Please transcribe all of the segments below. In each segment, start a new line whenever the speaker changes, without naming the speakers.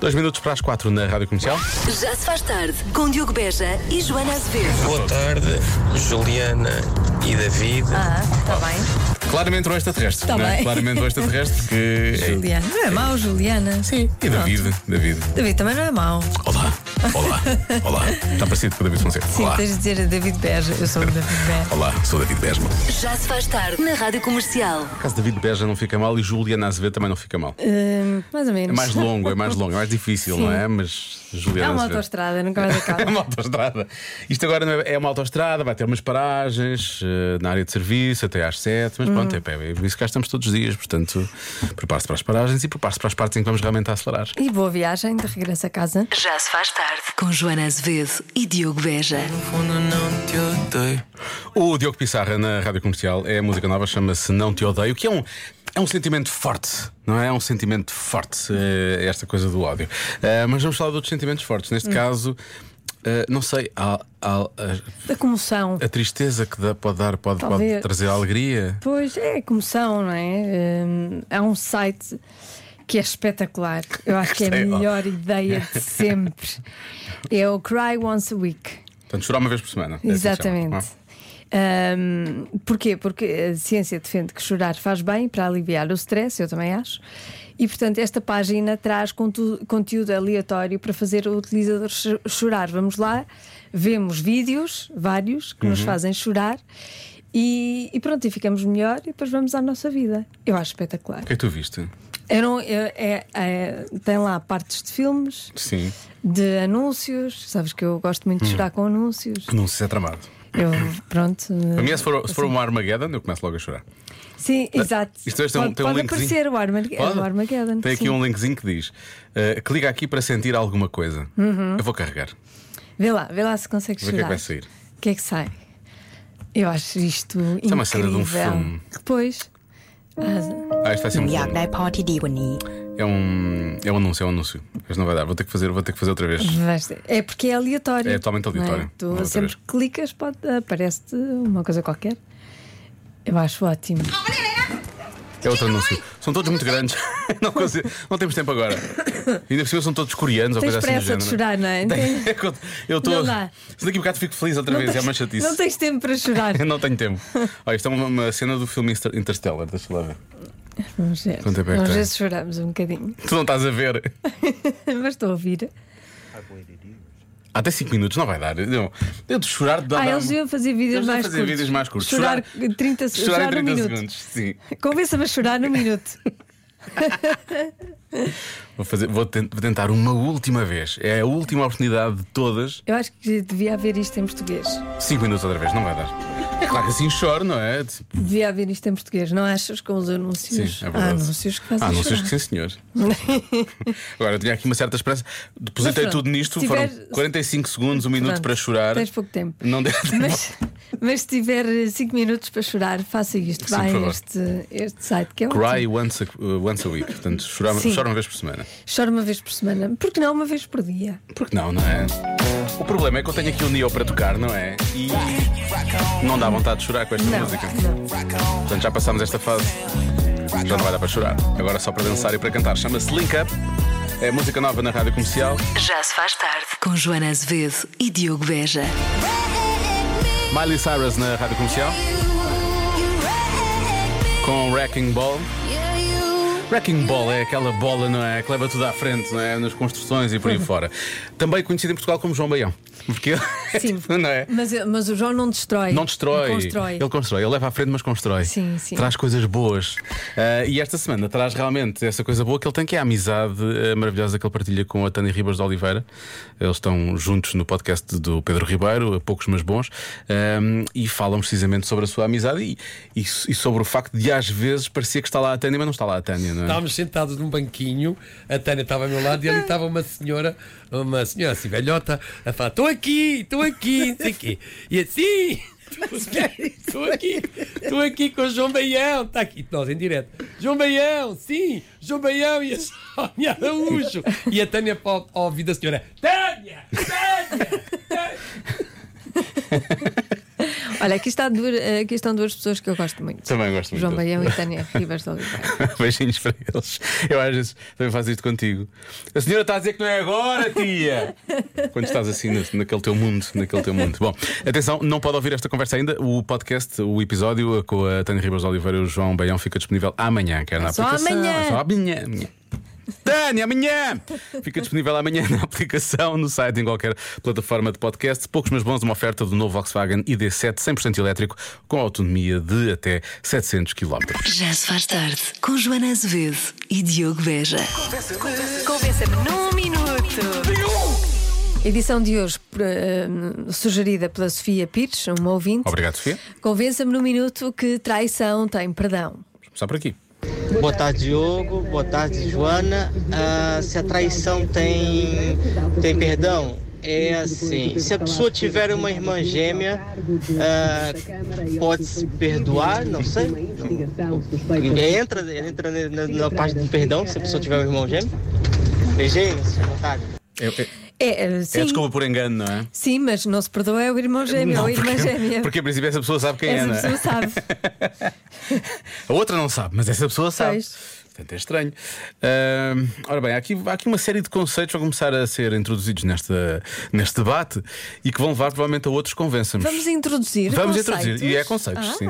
Dois minutos para as quatro na Rádio Comercial.
Já se faz tarde com Diogo Beja e Joana Azevedo.
Boa tarde, Juliana e David.
Ah, está bem.
Claramente um extraterrestre.
Tá
não é?
bem.
Claramente um extraterrestre que. é-
Juliana. Não é mau, Juliana? Sim.
E David, David.
David também não é mau.
Olá, olá, olá. Está parecido com o David Fonseca.
Sim, tens de dizer David Beja. Eu sou o David Beja.
Olá, sou David Besma.
Já se faz tarde na Rádio Comercial.
Por acaso David Beja não fica mal e Juliana Azevedo também não fica mal.
Hum, mais ou
É
menos.
mais longo, é mais longo, é mais difícil,
Sim.
não é? Mas
É
Juliana
uma
Azevedo.
autoestrada, nunca mais
É
acaba.
uma autoestrada. Isto agora não é, é uma autoestrada, vai ter umas paragens eh, na área de serviço até às 7, mas
Uhum.
pronto, é pé. é Por isso cá estamos todos os dias, portanto, prepare-se para as paragens e prepare-se para as partes em que vamos realmente acelerar.
E boa viagem de regresso a casa.
Já se faz tarde com Joana Azevedo e Diogo Beja.
Fundo não te odeio.
O Diogo Pissarra na rádio comercial é a música nova, chama-se Não Te Odeio, que é um. É um sentimento forte, não é? É um sentimento forte, eh, esta coisa do ódio. Eh, mas vamos falar de outros sentimentos fortes.
Hum.
Neste caso, eh, não sei, há- há- a,
Da comoção.
a tristeza que dá- pode dar pode, pode
Talvez.
trazer alegria.
Pois é, comoção, não é? Hum, há um site que é espetacular. Eu acho que é a
Sei lá.
melhor ideia de sempre. É o Cry Once a Week.
Portanto, chorar uma vez por semana. é assim que se chama, não é?
Exatamente. Ahm, porquê? Porque a ciência defende que chorar faz bem para aliviar o stress, eu também acho. E portanto, esta página traz contu- conteúdo aleatório para fazer o utilizador cho- chorar. Vamos lá, vemos vídeos, vários, que
Uhum.
nos fazem chorar. E, e pronto, e ficamos melhor e depois vamos à nossa vida. Eu acho espetacular.
O que é que tu viste?
Eu não- eu- é- é- tem lá partes de filmes,
Sim.
de anúncios. Sabes que eu gosto
Hum.
muito de chorar com anúncios.
Não se é tramado.
Eu, pronto.
Para mim, é se for, se for um Armageddon, eu começo logo a chorar.
Sim, exato.
Isto hoje tem um,
pode
tem um
pode
linkzinho.
aparecer o, Arma-
Pode?
o É Armageddon.
Tem aqui
sim.
um linkzinho que diz: eh, clica aqui para sentir alguma coisa.
Uhum.
Eu vou carregar.
Vê lá, vê lá se consegues
Vê o que é que
chorar.
vai sair.
O que é que sai? Eu acho isto incrível.
é uma cena de um filme.
Depois.
Ah, isto vai ser um.
อยากได้พ่อที่ดีกว่านี้
É um, é um anúncio, é um anúncio. Mas não vai dar, vou ter que fazer, vou ter que fazer outra vez.
vais ter- É porque é aleatório.
É totalmente
não
aleatório.
Tu
Outra
sempre
vez.
que clicas, pode- aparece-te uma coisa qualquer. Eu acho ótimo.
É outro anúncio. São todos muito grandes. Não, consigo- não temos tempo agora. E ainda por cima são todos coreanos ou
Tens
coisa assim do
pressa de
género.
chorar, não é?
Eu estou.
Não dá.
Se daqui a bocado fico feliz outra
Não
vez,
tens-
é uma chatice.
Não tens tempo para chorar.
Eu não tenho tempo. Olha, isto é uma, uma cena do filme Inter- Interstellar, deixa lá ver.
Vamos ver.
Quanto tempo é que
Vamos ver
tem?
se choramos um bocadinho.
Tu não estás a ver.
Mas estou a ouvir.
Há Até 5 minutos não vai dar. Não. Eu de chorar dá um-
Ah,
dá-
eles iam fazer vídeos
Então, Eles iam
mais
fazer
curtos.
vídeos mais curtos.
Chorar,
Chorar-
30, se-
chorar em
chorar um
30
minuto.
segundos. Sim.
Convença-me a chorar num minuto.
Vou, fazer, vou ten- vou tentar uma última vez. É a última oportunidade de todas.
Eu acho que devia haver isto em português.
5 minutos outra vez, não vai dar. É claro que assim choro, não é? Tipo,
Devia haver isto em português, não achas? Com os
Sim,
anúncios.
é
Há
verdade.
anúncios que fazem
Ah, anúncios
chorar.
que sim, senhor. Agora, eu tinha aqui uma certa esperança. Depositei
Mas pronto,
tudo nisto.
se tiver-
Foram 45 segundos, um minuto
Pronto,
para chorar.
Tens pouco tempo.
Não deu tempo.
Mas, mas se tiver 5 minutos para chorar, faça isto.
Sim,
Vai
por
a
favor.
este, este site que é
Cry
ótimo.
once a, uh, once a week. Portanto, chorar,
Sim.
chora uma vez por semana.
Chora uma vez por semana. Porque não uma vez por dia?
Porque não, não é? O problema é que eu tenho aqui o Neo para tocar, não é? E não dá vontade de chorar com esta
Não,
música.
não.
Portanto, já passámos esta fase. Já não vai dar para chorar. Agora só para dançar e para cantar. Chama-se Link Up. É música nova na rádio comercial.
Já se faz tarde com Joana Azevedo e Diogo Beja.
Miley Cyrus na rádio comercial. Com Wrecking Ball. Wrecking Ball é aquela bola, não é? Que leva tudo à frente, não é? Nas construções e por aí fora. Também conhecido em Portugal como João Baião. Porque ele é
Sim.
tipo, não é?
Mas, mas o João não destrói.
Não destrói.
Não constrói.
Ele constrói, ele leva à frente, mas constrói.
Sim, sim.
Traz coisas boas. Ah, e esta semana traz realmente essa coisa boa que ele tem, que é a amizade ah, maravilhosa que ele partilha com a Tânia Ribas de Oliveira. Eles estão juntos no podcast do Pedro Ribeiro, a poucos mas bons, ahm, e falam precisamente sobre a sua amizade e, e- e sobre o facto de às vezes parecia que está lá a Tânia, mas não está lá a Tânia, não é?
Estávamos sentados num banquinho, a Tânia estava ao meu lado e ali estava uma senhora, uma senhora assim velhota, a falar: Estou aqui, estou aqui, não sei o quê. E assim. Estou aqui, estou aqui com o João Baião, está aqui, nós em direto. João Baião, sim, João Baião e a Sónia Araújo. E a Tânia para o- ao ouvido da senhora: Tânia, Tânia, Tânia.
Olha, aqui, está duas, eh, aqui estão duas pessoas que eu gosto muito.
Também gosto muito
João
deles.
Baião e Tânia Ribas de Oliveira.
Beijinhos para eles. Eu às vezes também faço isto contigo. A senhora está a dizer que não é agora, tia! Quando estás assim na- naquele teu mundo, naquele teu mundo. Bom, atenção, não pode ouvir esta conversa ainda. O podcast, o episódio eh, com a Tânia Ribas de Oliveira e o João Baião fica disponível amanhã, quer na
É Só
aplicação. É
amanhã.
Só amanhã. amanhã. Tânia, amanhã! Fica disponível amanhã na aplicação, no site, em qualquer plataforma de podcast. Poucos mas bons, uma oferta do novo Volkswagen ID7 100% elétrico com autonomia de até 700 km.
Já se faz tarde com Joana Azevedo e Diogo Beja. Convença-me num minuto.
Edição de hoje por, eh, sugerida pela Sofia Pires, uma ouvinte.
Obrigado, Sofia.
Convença-me no minuto que traição tem perdão.
Só por aqui.
Boa tarde, Diogo. Boa tarde, Joana. Ah, se a traição tem, tem perdão, é assim: se a pessoa tiver uma irmã gêmea, ah, pode-se perdoar, não sei. Não- Entra, entra na, na parte do perdão se a pessoa tiver um irmão gêmeo. Beijinhos, boa tarde.
É, é-
É, eh, sim,
é desculpa por engano, não é?
sim, mas não se perdoa é o irmão gêmeo,
não,
ou a irmã
porque,
gêmea.
porque a princípio essa pessoa sabe quem é,
é Essa
não
pessoa
é?
sabe.
A outra não sabe, mas essa pessoa sabe.
Pois.
Portanto, é estranho. Ahm, ora bem, há aqui, há aqui uma série de conceitos que vão começar a ser introduzidos nesta, neste debate e que vão levar provavelmente a outros convença-nos.
Vamos introduzir.
Vamos
conceitos? Ah,
introduzir, e é conceitos, sim.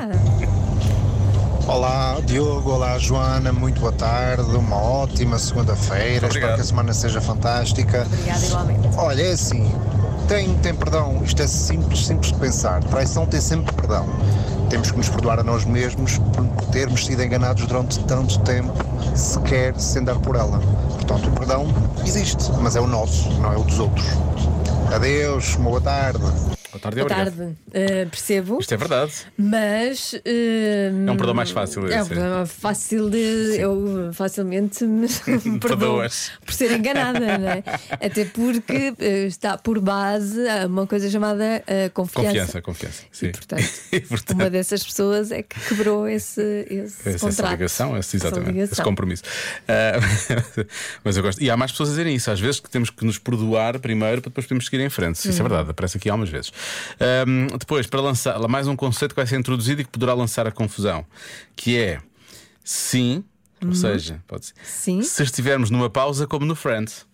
Olá Diogo, olá Joana, muito boa tarde, uma ótima segunda-feira, espero
Obrigado.
que a semana seja fantástica.
Obrigada, igualmente.
Olha, é assim, tem, tem perdão, isto é simples, simples de pensar. Traição tem sempre perdão. Temos que nos perdoar a nós mesmos por termos sido enganados durante tanto tempo, sequer sem dar por ela. Portanto, o perdão existe, mas é o nosso, não é o dos outros. Adeus, uma boa tarde.
Boa tarde, e
Boa
obrigado.
tarde, eh, percebo,
Isto é verdade.
mas.
É um perdão mais fácil,
É um
esse.
problema fácil de. Eu facilmente me me perdoo
Perdoas.
por ser enganada, não é? Até porque eh, está por base a uma coisa chamada eh,
Confiança, confiança. Sim.
E, portanto,
E, portanto,
uma dessas pessoas é que quebrou esse, esse
Essa, essa
contrato.
ligação, essa, exatamente, esse
ligação.
compromisso. Ah, mas eu gosto. E há mais pessoas a dizerem isso. Às vezes que temos que nos perdoar primeiro para depois podermos seguir em frente. Isso é
Uhum.
verdade, aparece aqui algumas vezes. Ahm, depois, para lançar lá mais um conceito que vai ser introduzido e que poderá lançar a confusão, que é sim, ou seja, pode ser,
Uhum. Sim.
se estivermos numa pausa como no Friends.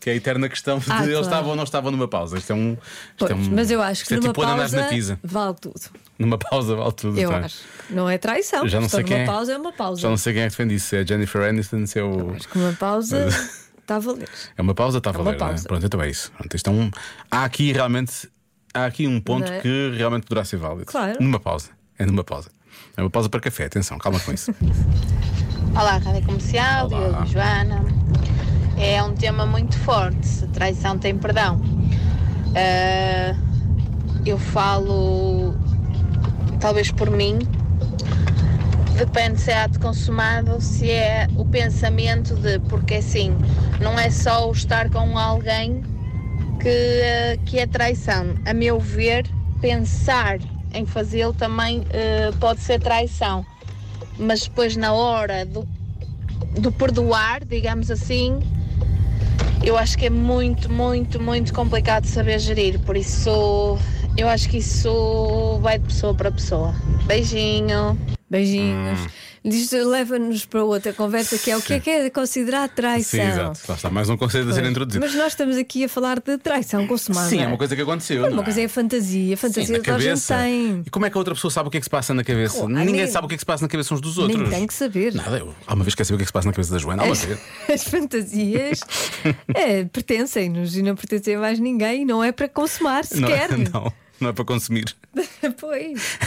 Que é a eterna questão de
Ah,
eles
claro.
estavam ou não estavam numa pausa. Isto é um. Isto
Pois,
é um
mas eu acho
isto
que
é
numa
tipo ananás
pausa
na pizza.
vale tudo.
Numa pausa vale tudo.
Eu
tá?
acho. Não é traição.
Já não sei
Estou numa
quem é.
pausa é uma pausa.
Já não sei quem é que defende isso. Se é Jennifer Aniston, se é o.
Acho que uma pausa está a valer.
É uma pausa, está a valer.
uma
não é?
pausa.
Pronto, então é isso. Pronto, isto é um- Há aqui realmente há aqui um ponto
Não é?
que realmente poderá ser válido.
Claro.
Numa pausa. É numa pausa. É uma pausa para café, atenção, calma com isso.
Olá, Rádio Comercial,
Olá.
Diogo e Joana. É um tema muito forte, se traição tem perdão. Ah, eu falo, talvez por mim, depende se é ato consumado, se é o pensamento de, porque assim, não é só o estar com alguém que, ah, que é traição. A meu ver, pensar em fazê-lo também ah, pode ser traição mas depois na hora do, do perdoar, digamos assim, eu acho que é muito, muito, muito complicado saber gerir. Por isso, eu acho que isso vai de pessoa para pessoa. Beijinho.
Beijinhos.
Hum.
Diz, leva-nos para outra conversa que é o que é que é considerado traição.
Sim, exato. Lá está mais um conceito a ser
é- Pois.
introduzido.
Mas nós estamos aqui a falar de traição consumada.
Sim, é uma coisa que aconteceu.
Pois,
não
Uma coisa é a fantasia. A
Sim,
fantasia
na
que a gente
cabeça.
tem.
E como é que a outra pessoa sabe o que é que se passa na cabeça?
Claro,
Ninguém
nem-
sabe o que é que se passa na cabeça uns dos outros.
Nem tem que saber.
Nada, eu há uma vez quer saber o que é que se passa na cabeça da Joana. Há uma
As,
vez.
as fantasias é, pertencem-nos e não pertencem a mais ninguém, não é para consumar
Não,
sequer.
não, não é para consumir.
Pois.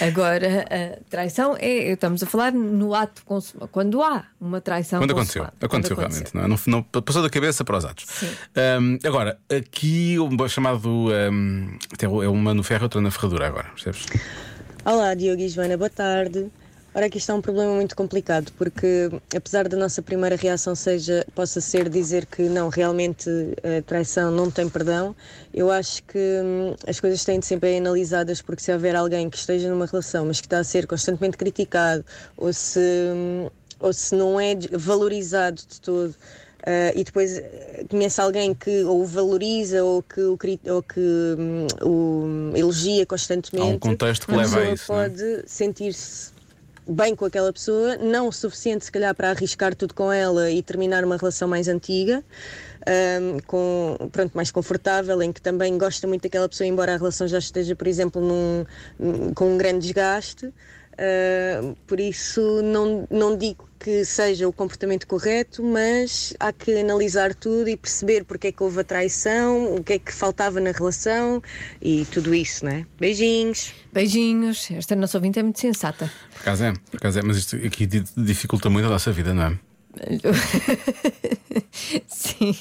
Agora, a traição é. Estamos a falar no ato consumado. Quando há uma traição.
Quando aconteceu,
consumada.
aconteceu
Quando
realmente, não, é? não, não- passou da cabeça para os atos. Ahm, agora, aqui um chamado. ahm, até é uma no ferro, outra na ferradura agora, percebes?
Olá, Diogo e Joana, boa tarde. Ora, aqui está um problema muito complicado, porque apesar da nossa primeira reação seja, possa ser dizer que não, realmente a traição não tem perdão, eu acho que hum, as coisas têm de ser bem analisadas, porque se houver alguém que esteja numa relação, mas que está a ser constantemente criticado, ou se, hum, ou se não é de- valorizado de todo,
ah, e depois eh, conhece alguém que ou o valoriza ou que o, cri- ou que, hum, o elogia
Há
constantemente.
um contexto que
a
leva a
pessoa
isso. não é?
pode sentir-se bem com aquela pessoa, não o suficiente se calhar para arriscar tudo com ela e terminar uma relação mais antiga, ahm, com, pronto, mais confortável, em que também gosta muito daquela pessoa, embora a relação já esteja, por exemplo, num- num- com um grande desgaste. Ahm, por isso não, não digo que seja o comportamento correto, mas há que analisar tudo e perceber porque é que houve a traição, o que é que faltava na relação e tudo isso, né? Beijinhos!
Beijinhos. Esta nossa ouvinte é muito sensata.
Por acaso é, por acaso é, mas isto aqui di- dificulta muito a nossa vida, não é?
Sim.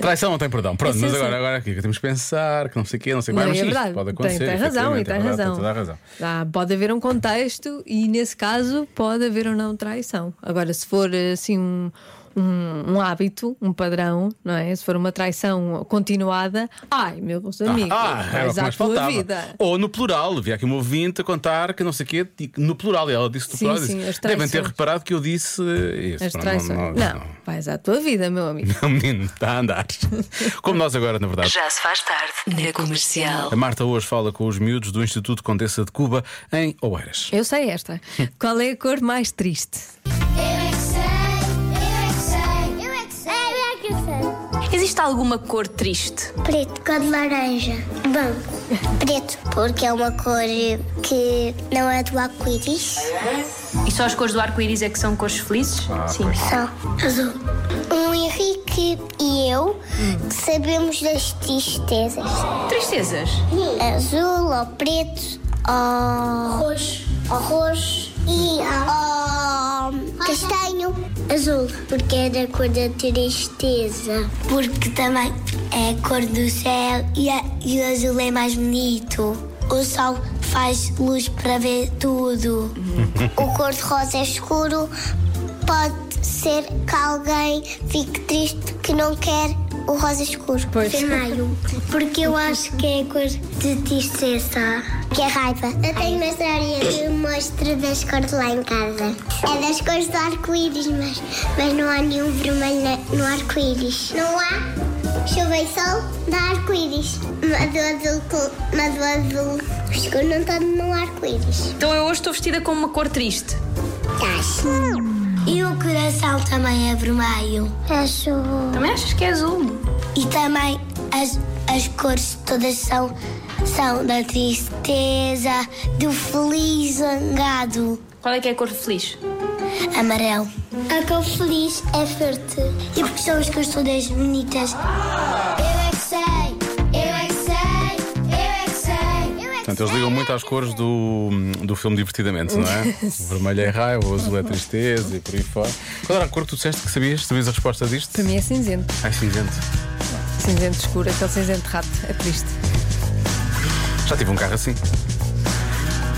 Traição não tem perdão. Pronto,
Sim,
mas
sim.
agora, agora aqui que temos que pensar, que não sei o quê, não sei o
Não,
que mais,
é
mas sim,
verdade.
isto pode
Tem-
acontecer.
tem, razão e
efetivamente,
tem
é verdade,
razão.
toda a razão.
Há- pode haver um contexto e, nesse caso, pode haver ou não traição. Agora, se for assim um, um, um hábito, um padrão, não é? Se for uma traição continuada, ai, meus amigos,
Ah, era o
vais
que
à
mais
tua
faltava.
vida.
Ou no plural, vi aqui uma ouvinte a contar que não sei o quê, e no plural, e ela disse no
Sim,
plural,
sim,
disse,
as
devem
traições.
ter reparado que eu disse eh, isso.
As
Pronto,
traições. Não, vais à tua vida, meu amigo.
não, menino, está a andar. Como nós agora, na verdade.
Já se faz tarde na comercial.
A Marta hoje fala com os miúdos do Instituto Condessa de Cuba em Oeiras.
Eu sei esta. Qual é a cor mais triste?
Existe alguma cor triste?
Preto, cor de laranja. Bom, preto, porque é uma cor que não é do arco-íris.
E só as cores do arco-íris é que são cores felizes? Sim.
Só azul. O Henrique e eu
Hum.
sabemos das tristezas.
Tristezas?
Azul ou preto ou... Roxo. Ou roxo. E ao castanho. Azul, porque é da cor da tristeza. Porque também é a cor do céu e, a- e o azul é mais bonito. O sol faz luz para ver tudo. o cor-de-rosa é escuro. Pode ser que alguém fique triste que não quer o rosa escuro.
Pois.
Vermelho. Porque eu acho que é a cor de tristeza. Que é raiva. Eu tenho uma história que mostro das cores lá em casa. É das cores do arco-íris, mas, mas não há nenhum vermelho na- no arco-íris. Não há chuva e sol dá arco-íris. Mas o azul, com- mas o azul escuro não está no arco-íris.
Então eu hoje estou vestida com uma cor triste.
Acho. E o coração também é vermelho. Acho.
Também achas que é azul?
E também as, as cores todas são, são da tristeza, do feliz zangado,
Qual é que é a cor feliz?
amarelo. A cor feliz é verde. E porque são as cores todas bonitas. Eu é que sei, eu é que sei, eu é que sei. Eu é que
Portanto, eles ligam muito às cores do, do filme Divertidamente, não é? O vermelho é raiva, o azul é tristeza e por aí fora. Qual era a cor que tu disseste que sabias? Sabias a resposta disto?
Para mim é cinzento.
Ai, cinzento.
Cinzento escuro, aquele cinzento rato. É triste.
Já tive um carro assim.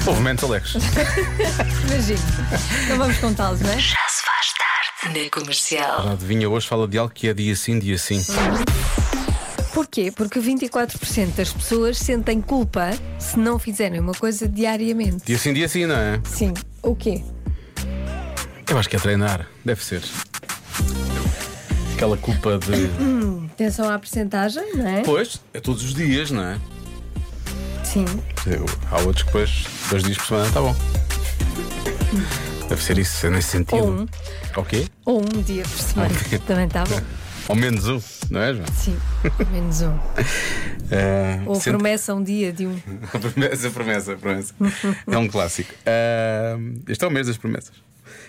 Houve momentos, Alex.
Imagino. Então vamos contá-los, não é?
Já se faz tarde na comercial.
Já Ah, adivinha, hoje fala de algo que é dia sim, dia sim.
Porquê? Porque 24% das pessoas sentem culpa se não fizerem uma coisa diariamente.
Dia sim, dia sim, não é?
Sim. O quê?
Eu acho que é treinar, deve ser. Aquela culpa de.
Atenção à percentagem, não é?
Pois, é todos os dias, não é?
Sim.
Eu- Há outros que depois, dois dias por semana, está bom. Deve ser isso, é nesse sentido.
Ou um.
Ok?
Ou um dia por semana. Também está bom.
Ou menos um, não é, João?
Sim. Menos um.
É,
Ou
sente-
promessa um dia de um.
promessa, promessa, promessa. É um clássico. Ah, este é o mês das promessas.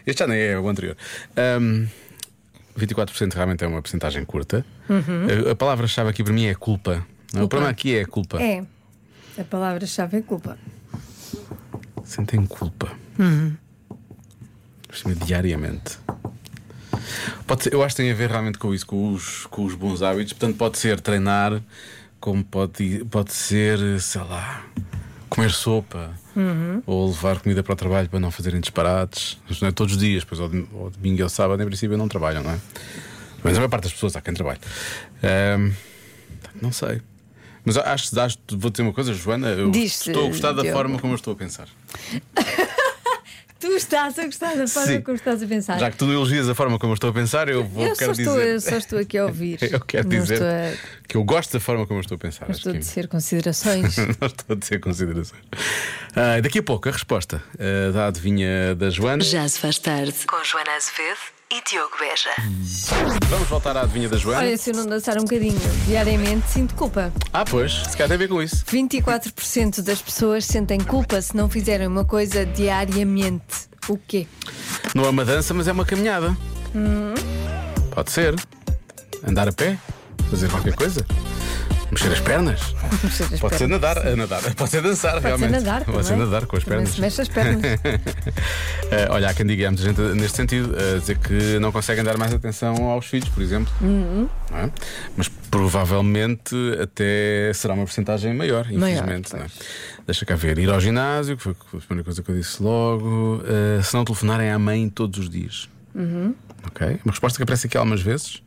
Este já nem é o anterior. Ahm, 24% realmente é uma porcentagem curta. A, a palavra-chave aqui para mim é culpa. não é? O problema aqui é a culpa.
É. A palavra-chave é culpa.
Sentem culpa. Uhum. Diariamente. Pode ser- eu acho que tem a ver realmente com isso, com os, com os bons hábitos. Portanto, pode ser treinar, como pode, pode ser, sei lá, comer sopa. Ou levar comida para o trabalho para não fazerem disparates. Mas não é todos os dias, pois ao, dom- ao domingo e ao sábado, em princípio, não trabalham, não é? Mas a maior parte das pessoas há quem trabalhe. Ahm, portanto, não sei. Mas acho, acho, vou dizer uma coisa, Joana. Eu
Diz,
estou a gostar da
Diogo.
forma como eu estou a pensar.
Tu estás a gostar da forma
Sim.
como estás a pensar.
Já que tu elogias a forma como eu estou a pensar, eu vou
eu, só
quero
estou,
dizer.
eu só estou aqui a ouvir.
Eu quero
Não
dizer
Estou a,
que eu gosto da forma como eu estou a pensar.
não
acho
estou a
que-
dizer considerações.
Não estou a dizer considerações. Ah, daqui a pouco a resposta ah, da adivinha da Joana.
Já se faz tarde com Joana Azevedo e Diogo Beja.
Vamos voltar à adivinha da Joana.
Olha, se eu não dançar um bocadinho diariamente, sinto culpa.
Ah, pois, se calhar tem a ver com isso.
24% das pessoas sentem culpa se não fizerem uma coisa diariamente. O quê?
Não é uma dança, mas é uma caminhada.
Hum,
Pode ser. Andar a pé, fazer qualquer coisa. Mexer as pernas.
mexer as
Pode ser
pernas.
nadar, a nadar. Pode ser dançar,
Pode ser
realmente.
nadar
Pode ser
também.
nadar com as
Também
pernas.
se mexe as pernas.
Eh, olha, há quem diga, há muita gente neste sentido, a dizer que não conseguem dar mais atenção aos filhos, por exemplo.
Hum,
não é? Mas provavelmente até será uma porcentagem maior, infelizmente. não é? Deixa cá ver. Ir ao ginásio, que foi a primeira coisa que eu disse logo. Eh, se não telefonarem à mãe todos os dias.
Uhum.
Ok? Uma resposta que aparece aqui algumas vezes.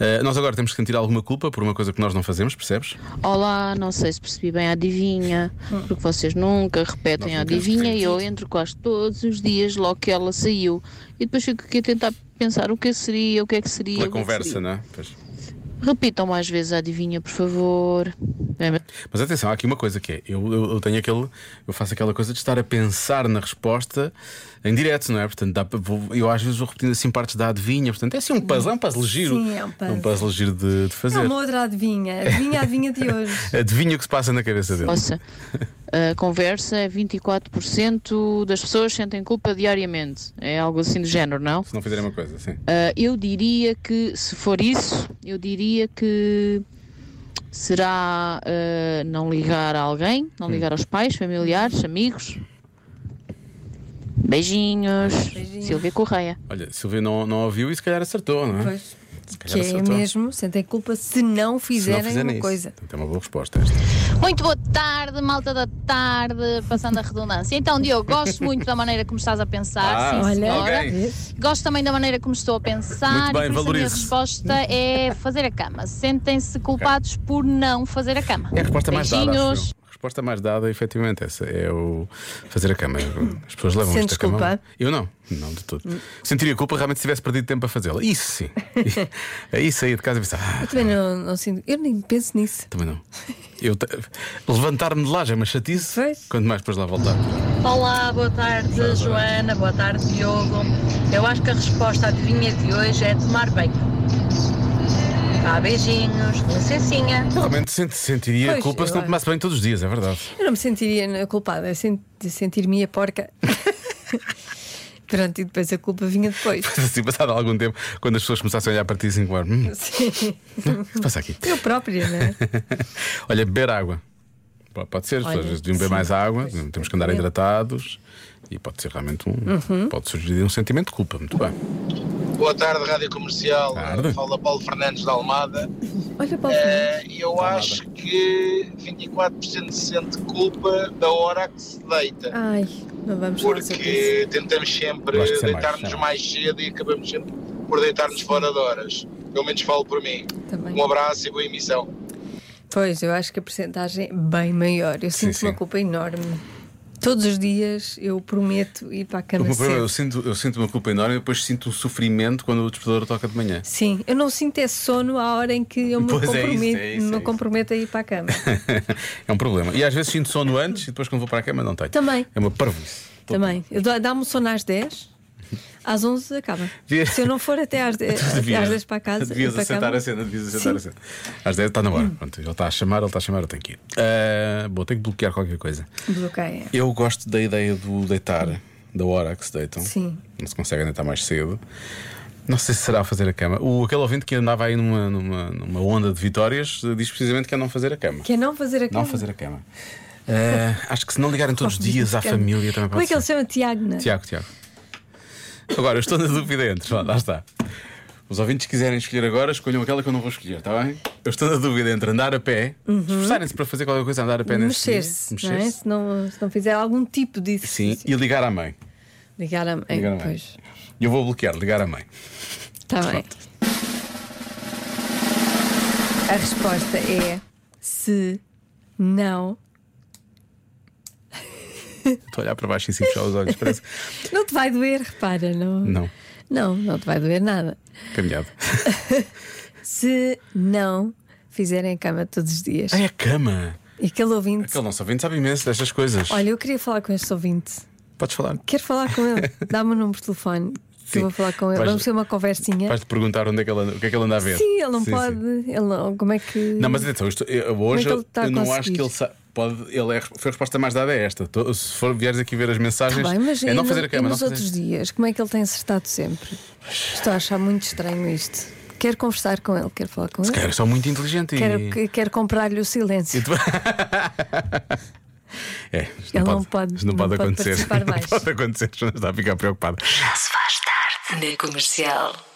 Eh, nós agora temos que sentir alguma culpa por uma coisa que nós não fazemos, percebes?
Olá, não sei se percebi bem a adivinha,
Hum.
porque vocês nunca repetem a
Nós não queremos
adivinha e eu entro quase todos os dias logo que ela saiu. E depois fico aqui a tentar pensar o que seria, o que é que seria.
Pela
o que é que
conversa,
seria.
não é? Pois.
Repitam mais vezes a adivinha, por favor. É
Mas atenção, há aqui uma coisa que é: eu, eu, eu tenho aquele, eu faço aquela coisa de estar a pensar na resposta em direto, não é? Portanto, dá, pra- vou- eu às vezes vou repetindo assim partes da adivinha, portanto, é assim um puzzle, é um puzzle giro.
Sim, é um puzzle.
giro de, de
É
fazer.
uma outra adivinha. Adivinha, a adivinha de hoje.
Adivinha o que se passa na cabeça dele.
Nossa, a conversa é 24% das pessoas sentem culpa diariamente. É algo assim do género, não?
Se não fizerem uma coisa, sim.
Ah, eu diria que, se for isso, eu diria que será ah, não ligar a alguém, não ligar aos pais, familiares, amigos. Beijinhos, Silvia Correia.
Olha, Silvio não, não ouviu e se calhar acertou, não é?
Pois.
Se calhar
Que é
acertou.
mesmo, sentem culpa se não
Se não
fizerem,
fizerem
uma
isso.
coisa.
Portanto, é uma boa resposta esta.
Muito boa tarde, malta da tarde, passando a redundância. Então, Diogo, gosto muito da maneira como estás a pensar.
Ah,
sim,
olha.
senhora.
Ok.
Gosto também da maneira como estou a pensar.
Muito
e por
bem,
isso a minha
valorize.
resposta é fazer a cama. Sentem-se culpados por não fazer a cama.
É a resposta mais dada. acho
Beijinhos.
eu. A resposta mais dada, efetivamente, essa é o fazer a cama. As pessoas levam
Sentes
isto a cama.
culpa?
Eu não, não de todo. Sentiria culpa realmente se tivesse perdido tempo a fazê-la. Isso sim. Aí saía de casa e pensava, ah,
Eu também não, não sinto, eu nem penso nisso.
também não. Eu te- Levantar-me de lá já é uma chatice. Quanto mais depois lá voltar.
Olá, boa tarde Joana, boa tarde Diogo. Eu acho que a resposta à adivinha de hoje é tomar banho. Tá, beijinhos, licencinha.
Realmente sent- sentiria
Pois,
culpa se
eu
não
acho.
tomasse bem todos os dias, é verdade.
Eu não me sentiria na- culpada, eu sent- de sentir-me a porca. Pronto, e depois a culpa vinha depois.
Assim, passado algum tempo, quando as pessoas começassem a olhar para ti assim, claro, hum, o
Sim.
que se passa aqui?
Eu própria, não é?
Olha, beber água. P- Pode ser, as
Olha,
pessoas às vezes deviam beber
sim,
mais água, temos que andar
é.
hidratados e pode ser realmente um.
Uhum.
Pode surgir um sentimento de culpa, muito bem.
Boa tarde, Rádio Comercial.
Tarde.
Fala Paulo Fernandes da Almada.
Olha,
Paulo Eh, Eu
Então,
acho que 24% sente culpa da hora que se deita.
Ai, não vamos falar sobre isso.
Porque tentamos sempre
Eu acho que isso é mais,
deitar-nos
não.
mais cedo e acabamos sempre por deitar-nos fora de horas. Pelo menos falo por mim.
Também.
Um abraço e boa emissão.
Pois, eu acho que a porcentagem é bem maior. Eu sinto uma culpa enorme. Todos os dias eu prometo ir para a
O
cama
meu problema,
cedo.
eu sinto, eu sinto uma culpa enorme e depois sinto um sofrimento quando o despertador toca de manhã.
Sim, eu não sinto é sono à hora em que eu me
Pois é isso, é
comprometo,
isso, é
me
isso.
comprometo a ir para a cama.
é um problema. E às vezes sinto sono antes e depois quando vou para a cama não tenho.
Também.
É uma parvoíce.
Também. Eu dou- Dá-me o sono às 10, às 11 acaba.
Devia-
Se eu não for até às 10, até às 10 para casa,
Devias
ir para a
assentar
cama,
a cena, devias assentar a cena. Às 10 está na hora. Pronto, ele está a chamar, ele está a chamar, eu tenho que ir. Ah, bom, tenho que bloquear qualquer coisa.
bloqueia.
Eu gosto da ideia do deitar, da hora que se deitam.
Sim.
Não se conseguem deitar mais cedo. Não sei se será fazer a cama. O, aquele ouvinte que andava aí numa, numa, numa onda de vitórias eh, diz precisamente que é não fazer a cama.
Que é não fazer a cama.
Não fazer a cama. Eh, acho que se não ligarem todos os dias à
Cama.
família também
Como é
pode
que ele se
ser.
chama? Tiago, não é?
Tiago, Tiago. Agora, eu estou na dúvida entre. Lá, lá está. Os ouvintes que quiserem escolher agora, escolham aquela que eu não vou escolher, está bem? Eu estou na dúvida entre andar a pé,
Uhum.
esforçarem-se para fazer qualquer coisa, andar a pé nesse dia,
Mexer-se, não é?
mexer-se.
Se não, se não fizer algum tipo disso.
Sim, e ligar à mãe.
Ligar a mãe.
Ligar à mãe.
Pois,
E eu vou bloquear, ligar à mãe.
está bem. A resposta é se não
Estou a olhar para baixo e sim fechar os olhos. Parece.
Não te vai doer, repara, não.
Não,
Não, não te vai doer nada.
caminhado.
Se não fizerem cama todos os dias.
É a cama.
E aquele ouvinte.
Aquele nosso ouvinte sabe imenso destas coisas.
Olha, eu queria falar com este ouvinte.
Podes falar.
Quero falar com ele. Dá-me o número de telefone. que
Sim.
Eu vou falar com ele.
Vais-
Vamos ter uma conversinha.
Vais-te perguntar onde é que ele anda, o que é que ele anda a ver.
Sim, ele não pode. Ele não, como é que.
Não, mas atenção, isto, eu- eu hoje
Como é que ele está a
eu não acho
conseguir?
que ele sa- Pode, ele é- foi a resposta mais dada é esta. Tô- Se for vieres aqui ver as mensagens,
Tá bem, mas
é
e
não
no-
fazer a
e
cama. Não
nos
fazer...
outros dias, como é que ele tem acertado sempre? Estou a achar muito estranho isto. Quero conversar com ele, quero falar com ele.
Cara, sou muito inteligente
Quero,
e.
que- quero comprar-lhe o silêncio.
É, isto
Ele
não,
não pode-
isto não, pode,
não pode
acontecer.
participar mais.
Não pode acontecer, já está a ficar preocupado.
Já se faz tarde na comercial.